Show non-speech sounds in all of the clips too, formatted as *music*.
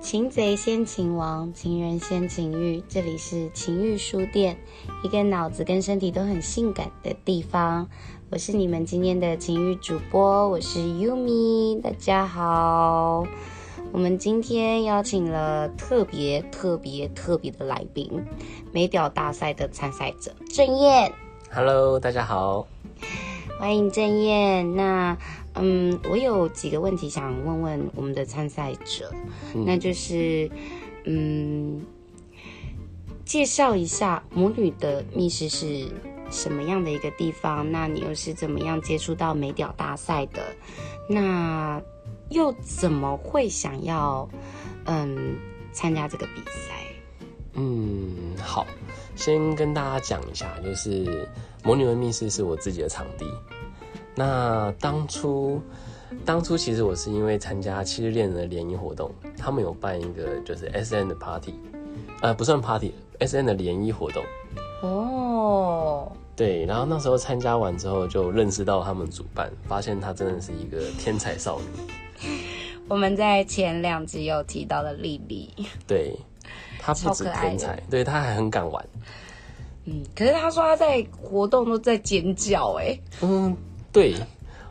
擒贼先擒王，擒人先擒欲。这里是情欲书店，一个脑子跟身体都很性感的地方。我是你们今天的情欲主播，我是 Yumi，大家好。我们今天邀请了特别特别特别的来宾，美屌大赛的参赛者郑燕， Hello，大家好。欢迎郑燕。那嗯，我有几个问题想问问我们的参赛者，那就是嗯，介绍一下母女的密室是什么样的一个地方？那你又是怎么样接触到美屌大赛的？那又怎么会想要嗯参加这个比赛？嗯，好，先跟大家讲一下，就是《魔女们密室》是我自己的场地。那当初，当初其实我是因为参加七日恋人的联谊活动，他们有办一个就是 S N 的 party，呃，不算 party，S N 的联谊活动。哦，对，然后那时候参加完之后，就认识到他们主办，发现她真的是一个天才少女。我们在前两集有提到的丽丽，对，她不超止可爱的天才，对，她还很敢玩。嗯，可是她说她在活动都在尖叫、哎，嗯，对，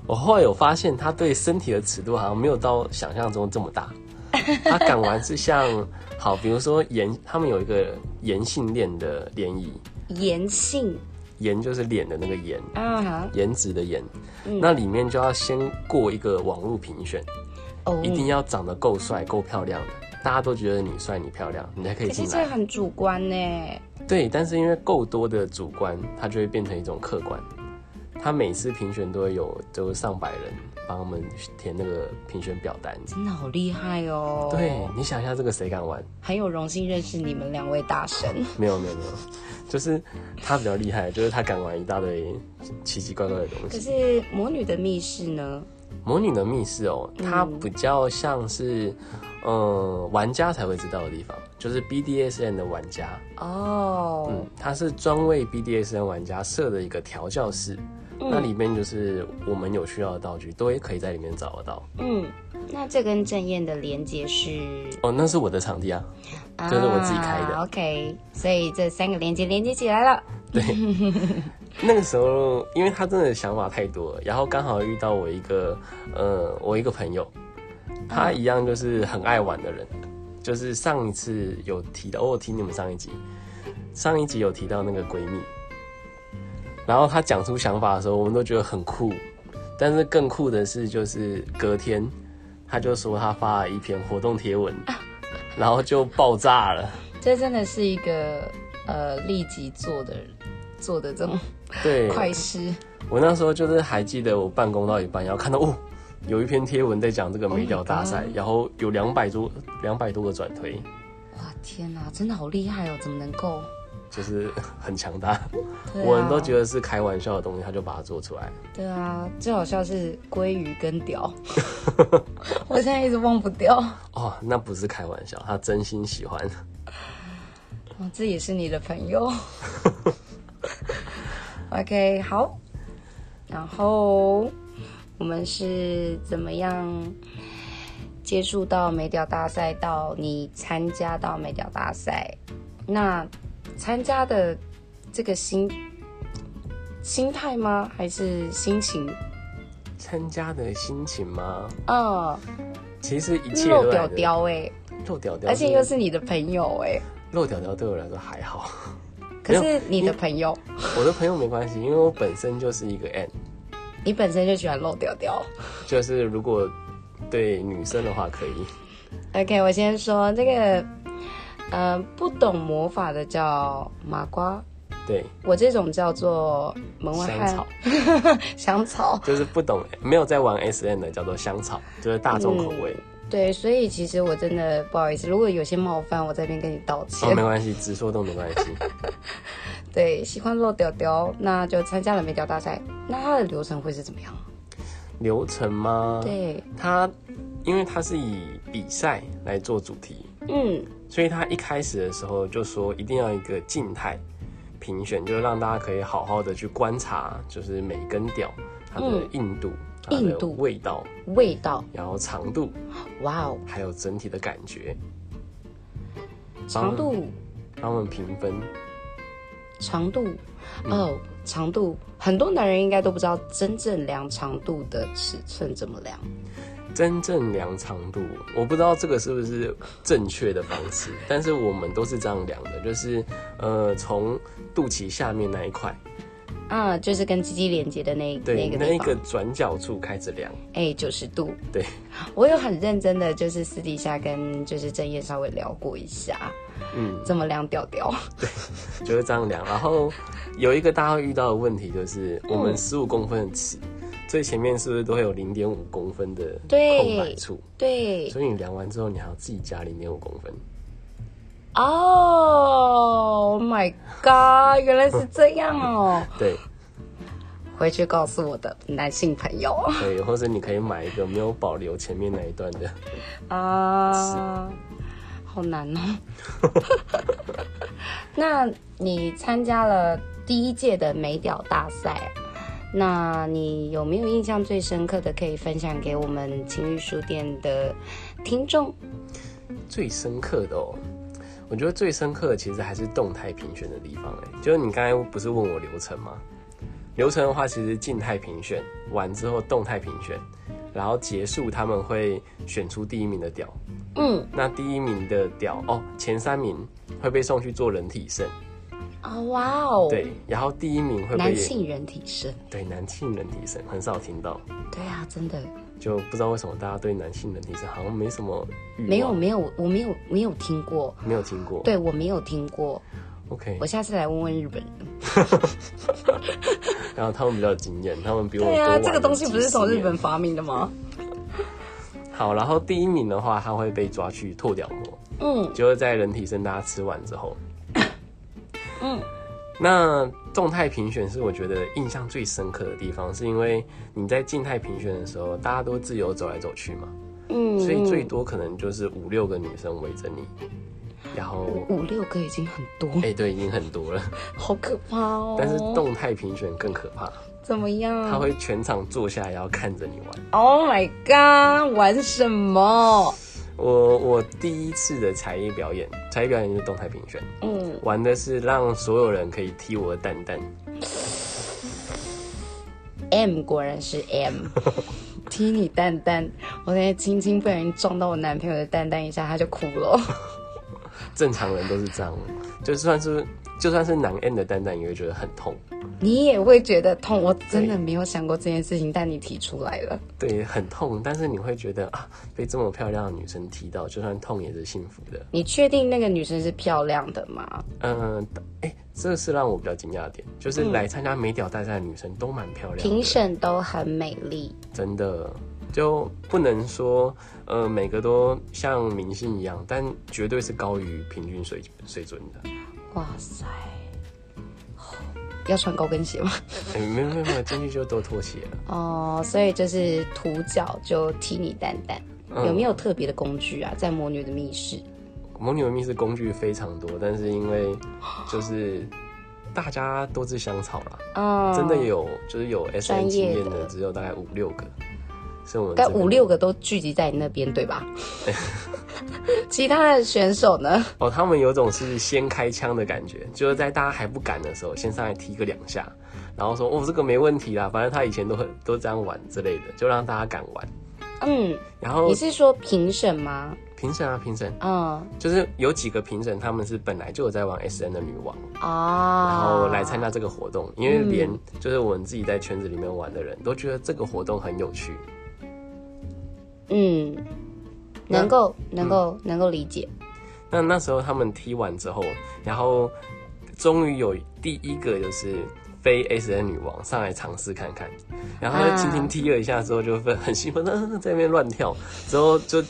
我后来有发现，他对身体的尺度好像没有到想象中这么大。他敢玩是像，好，比如说盐，他们有一个盐性恋的联谊，炎性盐就是脸的那个盐，啊哈，颜值的颜，那里面就要先过一个网络评选，哦一定要长得够帅、够漂亮的，大家都觉得你帅、你漂亮，你才可以可是进这来。很主观呢、对，但是因为够多的主观，它就会变成一种客观。他每次评选都会有，就是上百人帮我们填那个评选表单。真的好厉害哦。对，你想一下，这个谁敢玩？很有荣幸认识你们两位大神。没有没有没有，就是他比较厉害，就是他敢玩一大堆奇奇怪怪的东 *laughs* 可西。是魔女的密室呢？魔女的密室哦，它比较像是，呃，玩家才会知道的地方，就是 BDSN 的玩家。哦，嗯，它是专为 BDSN 玩家设的一个调教室，那里面就是我们有需要的道具都也可以在里面找得到。嗯，那这跟郑燕的连接是，哦，那是我的场地啊，啊这是我自己开的 OK，所以这三个连接连接起来了。那个时候因为他真的想法太多了，然后刚好遇到我一个呃我一个朋友，他一样就是很爱玩的人，就是上一次有提到，哦我有听你们上一集，上一集有提到那个闺蜜，然后他讲出想法的时候，我们都觉得很酷，但是更酷的是就是隔天他就说他发了一篇活动贴文，然后就爆炸了。这真的是一个呃立即做的做的这种对，快事。我那时候就是还记得我办公到一半，然后看到哦，有一篇贴文在讲这个美屌大赛 Oh my 然后有两百多两百多个转推，哇天哪，真的好厉害哦！怎么能够？就是很强大。 *laughs* 对啊我们都觉得是开玩笑的东西，他就把它做出来。对啊，最好笑是鲑鱼跟 *laughs* 屌，我现在一直忘不掉。哦，那不是开玩笑，他真心喜欢。 *laughs* 我自己是你的朋友。OK，好。然后我们是怎么样接触到美屌大赛，到你参加到美屌大赛？那参加的这个心心态吗？还是心情？参加的心情吗？嗯，其实一切漏都屌来的屌哎，漏屌屌，而且又是你的朋友哎、漏屌屌，对我来说还好。 *laughs* 可是你的朋友，我的朋友没关系，因为我本身就是一个 N，你本身就喜欢漏屌屌。就是如果对女生的话可以。 OK，我先说这个，呃，不懂魔法的叫麻瓜，对，我这种叫做门外香草汉，香草。就是不懂没有在玩 S N 的叫做香草，就是大众口嗯味。对，所以其实我真的不好意思，如果有些冒犯，我这边跟你道歉。哦，没关系，直说都没关系。对，喜欢做屌屌，那就参加了美屌大赛。那它的流程会是怎么样？流程吗？，对，它因为它是以比赛来做主题，嗯，所以它一开始的时候就说一定要一个静态评选，就是让大家可以好好的去观察，就是每根屌它的硬度、它嗯硬的度味道，味道，然后长度，哇哦，还有整体的感觉。长度帮我们评分。长度嗯哦，长度，很多男人应该都不知道真正量长度的尺寸怎么量。真正量长度，我不知道这个是不是正确的方式，但是我们都是这样量的，就是呃，从肚脐下面那一块，啊，就是跟鸡鸡连接的那对，那个那地一方个，转角处开始量，哎，九十度。对，我有很认真的，就是私底下跟就是郑燕稍微聊过一下，嗯，怎么量屌 *laughs* 屌。就是这样量。然后有一个大家会遇到的问题就是，嗯我们十五公分的尺，最前面是不是都会有零点五公分的对空白处？对，所以你量完之后，你还要自己加零点五公分。哦、oh、，My God，原来是这样哦。对，回去告诉我的男性朋友可以，或者你可以买一个没有保留前面那一段的。啊，好难 *laughs* 哦。那你参加了第一届的美屌大赛，那你有没有印象最深刻的可以分享给我们情欲书店的听众？最深刻的哦，我觉得最深刻的其实还是动态评选的地方、哎，就是你刚才不是问我流程吗？流程的话，其实静态评选完之后，动态评选，然后结束他们会选出第一名的屌。嗯，那第一名的屌哦，前三名会被送去做人体肾，哦，哇哦，对，然后第一名会被男性人体肾，对男性人体肾很少听到，对啊，真的就不知道为什么大家对男性人体肾好像没什么欲望，没有没有，我没有没有听过，没有听过，对我没有听过， ，OK，我下次来问问日本人。然后他们比较有经验，他们比我对多啊，玩这个了东西几不是十从日年本发明的吗？好，然后第一名的话，他会被抓去拓屌膜，嗯就是在人体生大家吃完之后。 *coughs* 嗯，那动态评选是我觉得印象最深刻的地方，是因为你在静态评选的时候，大家都自由走来走去嘛，嗯，所以最多可能就是五六个女生围着你，然后五六个已经很多，哎、对，已经很多了。好可怕哦。哎但是动态评选更可怕，怎么他样会全场坐下来然后看着你玩。 ？Oh my god，玩什么？我我第一次的才艺表演，才艺表演就是动态评选，嗯，玩的是让所有人可以踢我的蛋蛋。 M 果然是 *laughs* M，踢你蛋蛋！我那天轻轻不小心撞到我男朋友的蛋蛋一下，他就哭了。 *laughs* 正常人都是这样，就算是就算是男 N 的蛋蛋，也会觉得很痛，你也会觉得痛，我真的没有想过这件事情，但你提出来了。对，很痛。但是你会觉得啊，被这么漂亮的女生踢到，就算痛也是幸福的。你确定那个女生是漂亮的吗？嗯、哎、这是让我比较惊讶的点，就是来参加美屌大赛的女生都蛮漂亮的，评审都很美丽，真的就不能说呃每个都像明星一样，但绝对是高于平均水水准的。哇塞！哦要穿高跟鞋吗？哎、没有没有没有，进去就都脱鞋了。 *laughs* 哦，所以就是涂脚就踢你蛋蛋，有没有嗯特别的工具啊？在魔女的密室，魔女的密室工具非常多，但是因为就是大家都是香草啦，嗯，真的有就是有 S 专 N 经业验的的只有大概五六个，所以我们 *laughs* 该这边五六个都聚集在你那边，对吧？ *laughs* 其他的选手呢？哦，他们有种是先开枪的感觉，就是在大家还不敢的时候，先上来踢个两下，然后说哦这个没问题啦，反正他以前都很都这样玩之类的，就让大家敢玩。嗯，然后你是说评审吗？评审啊评审，嗯就是有几个评审他们是本来就有在玩 S N 的女王，啊，嗯然后来参加这个活动，因为连就是我们自己在圈子里面玩的人都觉得这个活动很有趣，嗯，能够嗯能够能够理解，那那时候他们踢完之后，然后终于有第一个就是非 S N 女王上来尝试看看，然后她就轻轻踢了一下之后，就很很兴奋，嗯在那边乱跳，之后就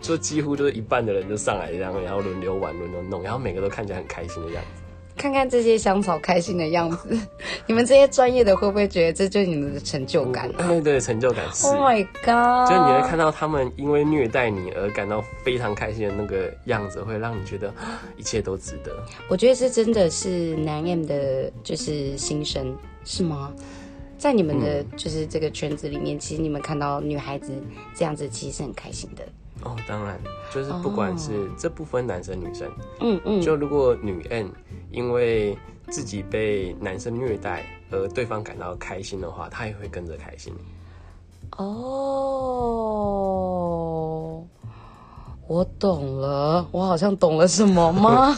就几乎就是一半的人就上来这样，然后轮流玩，轮流弄，然后每个都看起来很开心的样子。看看这些香草开心的样子， *laughs* 你们这些专业的会不会觉得这就是你们的成就感啊哎，对，成就感是。 ？Oh my god！就是你会看到他们因为虐待你而感到非常开心的那个样子，会让你觉得啊一切都值得。我觉得这真的是南 M 的，就是心声是吗？在你嗯们的就是这个圈子里面，其实你们看到女孩子这样子，其实是很开心的。哦，当然，就是不管是、这不分男生女生，嗯嗯，就如果女 N 因为自己被男生虐待而对方感到开心的话，她也会跟着开心。哦，我懂了，我好像懂了什么 *laughs* 吗？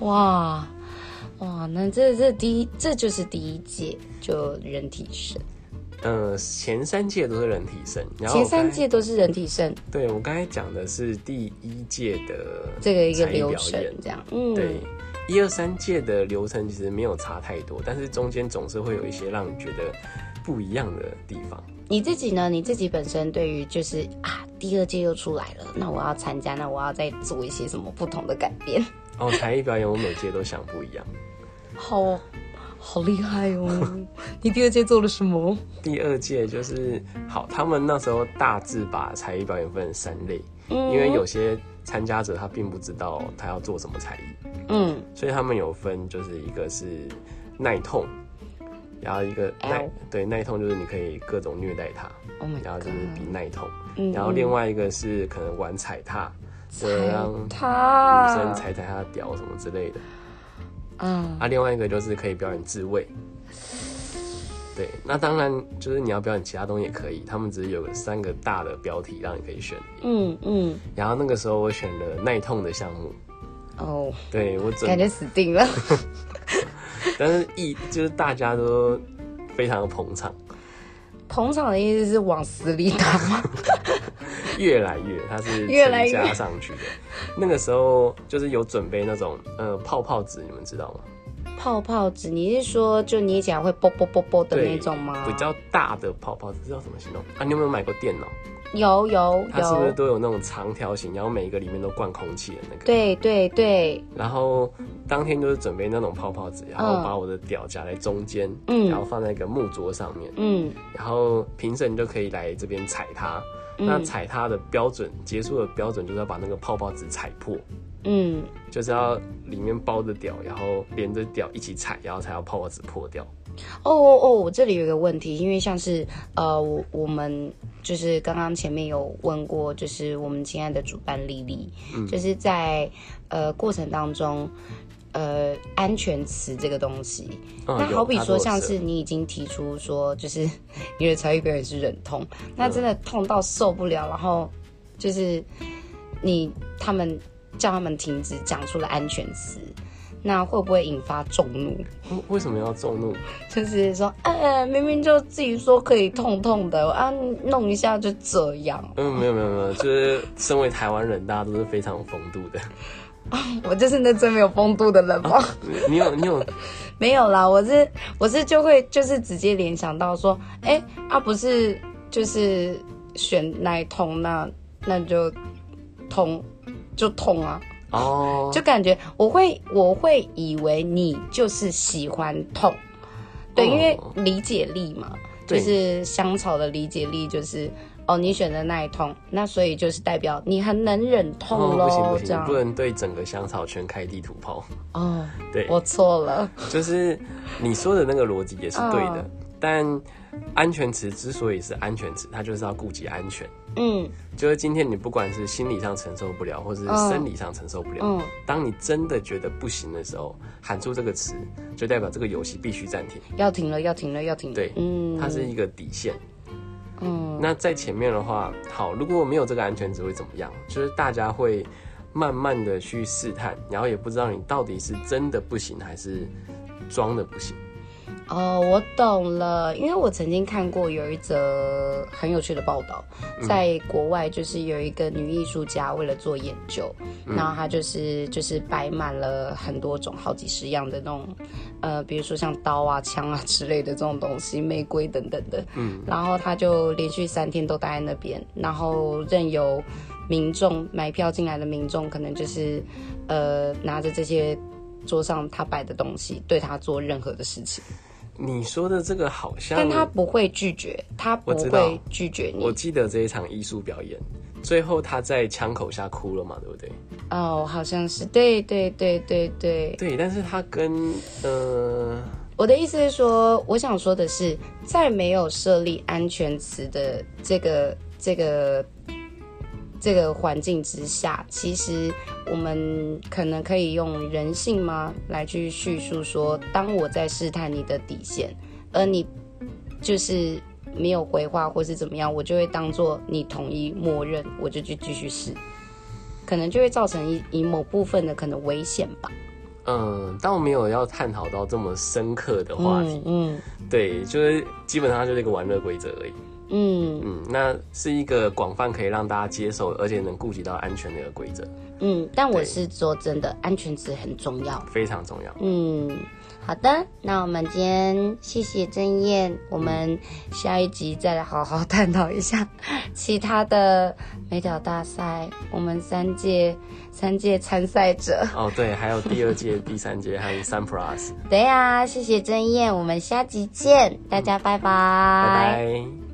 哇哇，那这这第一，这就是第一届就人体肾，嗯，前三届都是人体生，然后前我刚才三届都是人体肾对我刚才讲的是第一届的这个一个才艺流表程演，这样，嗯，对，一二三届的流程其实没有差太多，但是中间总是会有一些让你觉得不一样的地方。你自己呢？你自己本身对于就是啊，第二届又出来了，那我要参加，那我要再做一些什么不同的改变？哦，才艺表演我每届都想不一样。好好厉害哦！你第二届做了什么？第二届就是好，他们那时候大致把才艺表演分成三类，嗯因为有些参加者他并不知道他要做什么才艺，嗯，所以他们有分，就是一个是耐痛，然后一个耐哦对耐痛就是你可以各种虐待他， Oh my 然后 god！就是比耐痛，嗯然后另外一个是可能玩踩踏，就让他女生踩踩他的屌什么之类的。嗯，啊，另外一个就是可以表演自慰。对，那当然就是你要表演其他东西也可以，他们只是有个三个大的标题让你可以选。嗯嗯，然后那个时候我选了耐痛的项目，哦，对我感准，觉死定了。但是一就是大家都非常的捧场，捧场的意思是往死里打吗？越来越它是越来越增加上去的。那个时候就是有准备那种呃泡泡纸，你们知道吗？ *laughs* 泡泡纸，你是说就捏起来会啵啵啵啵的那种吗？比较大的泡泡纸，知道怎么形容啊？你有没有买过电脑？有有它是不是有，都有那种长条形，然后每一个里面都灌空气的那个？对对对，然后当天就是准备那种泡泡纸，然后嗯把我的屌夹在中间，嗯然后放在一个木桌上面，嗯然后评审就可以来这边踩它。嗯那踩它的标准，结束的标准就是要把那个泡泡纸踩破，嗯，就是要里面包着屌，然后连着屌一起踩，然后才要泡泡纸破掉。哦哦哦，我这里有一个问题，因为像是呃，我我们就是刚刚前面有问过，就是我们亲爱的主办丽丽，嗯就是在呃过程当中，呃，安全词这个东西，嗯那有好比它都说有像设是你已经提出说，就是 *laughs* 你的才艺表演是忍痛，嗯那真的痛到受不了，然后就是你他们叫他们停止讲出了安全词，那会不会引发众怒？为为什么要众怒？就是说，呃，明明就自己说可以痛痛的啊，弄一下就这样。嗯，没有没有没有，就是身为台湾人，大家都是非常有风度的。 *laughs* 我就是那最没有风度的人吗？你有你有没有啦，我是我是就会就是直接联想到说，哎、啊不是就是选奶痛那那就痛就痛啊，哦，就感觉我会我会以为你就是喜欢痛，对，哦因为理解力嘛，就对是香草的理解力就是。哦，你选的那一痛，那所以就是代表你很能忍痛哦，喽、不行不这行，样不能对整个香草圈开地图炮。哦，对，我错了，就是你说的那个逻辑也是对嗯的，但安全词之所以是安全词，它就是要顾及安全。嗯就是今天你不管是心理上承受不了，或是嗯生理上承受不了，嗯，当你真的觉得不行的时候，喊出这个词，就代表这个游戏必须暂停。要停了，要停了，要停了，对嗯，它是一个底线。嗯那在前面的话，好，如果没有这个安全值会怎么样？就是大家会慢慢的去试探，然后也不知道你到底是真的不行还是装的不行。哦，我懂了，因为我曾经看过有一则很有趣的报道，在国外就是有一个女艺术家为了做研究，然后她就是就是摆满了很多种好几十样的那种，呃，比如说像刀啊、枪啊之类的这种东西，玫瑰等等的，嗯，然后她就连续三天都待在那边，然后任由民众买票进来的民众可能就是呃拿着这些。桌上她摆的东西，对她做任何的事情。你说的这个好像，但他不会拒绝，他不我知道会拒绝我你。记得这一场艺术表演，最后他在枪口下哭了嘛，对不对？哦，好像是，对对对对对。对，但是他跟呃，我的意思是说，我想说的是，在没有设立安全词的这个这个这个环境之下，其实我们可能可以用人性吗来去叙述说，当我在试探你的底线，而你就是没有回话或是怎么样，我就会当做你同意默认，我就去继续试，可能就会造成以以某部分的可能危险吧。嗯，倒没有要探讨到这么深刻的话题，嗯嗯对，就是基本上就是一个玩乐规则而已。嗯嗯，那是一个广泛可以让大家接受，而且能顾及到安全的一个规则，嗯，但我对是说真的，安全值很重要。非常重要。嗯，好的，那我们今天谢谢郑燕，我们下一集再来好好探讨一下其他的美角大赛，我们三届三届参赛者。哦，对，还有第二届、第三届还有三 plus，对呀、谢谢郑燕，我们下集见，大家拜拜拜拜。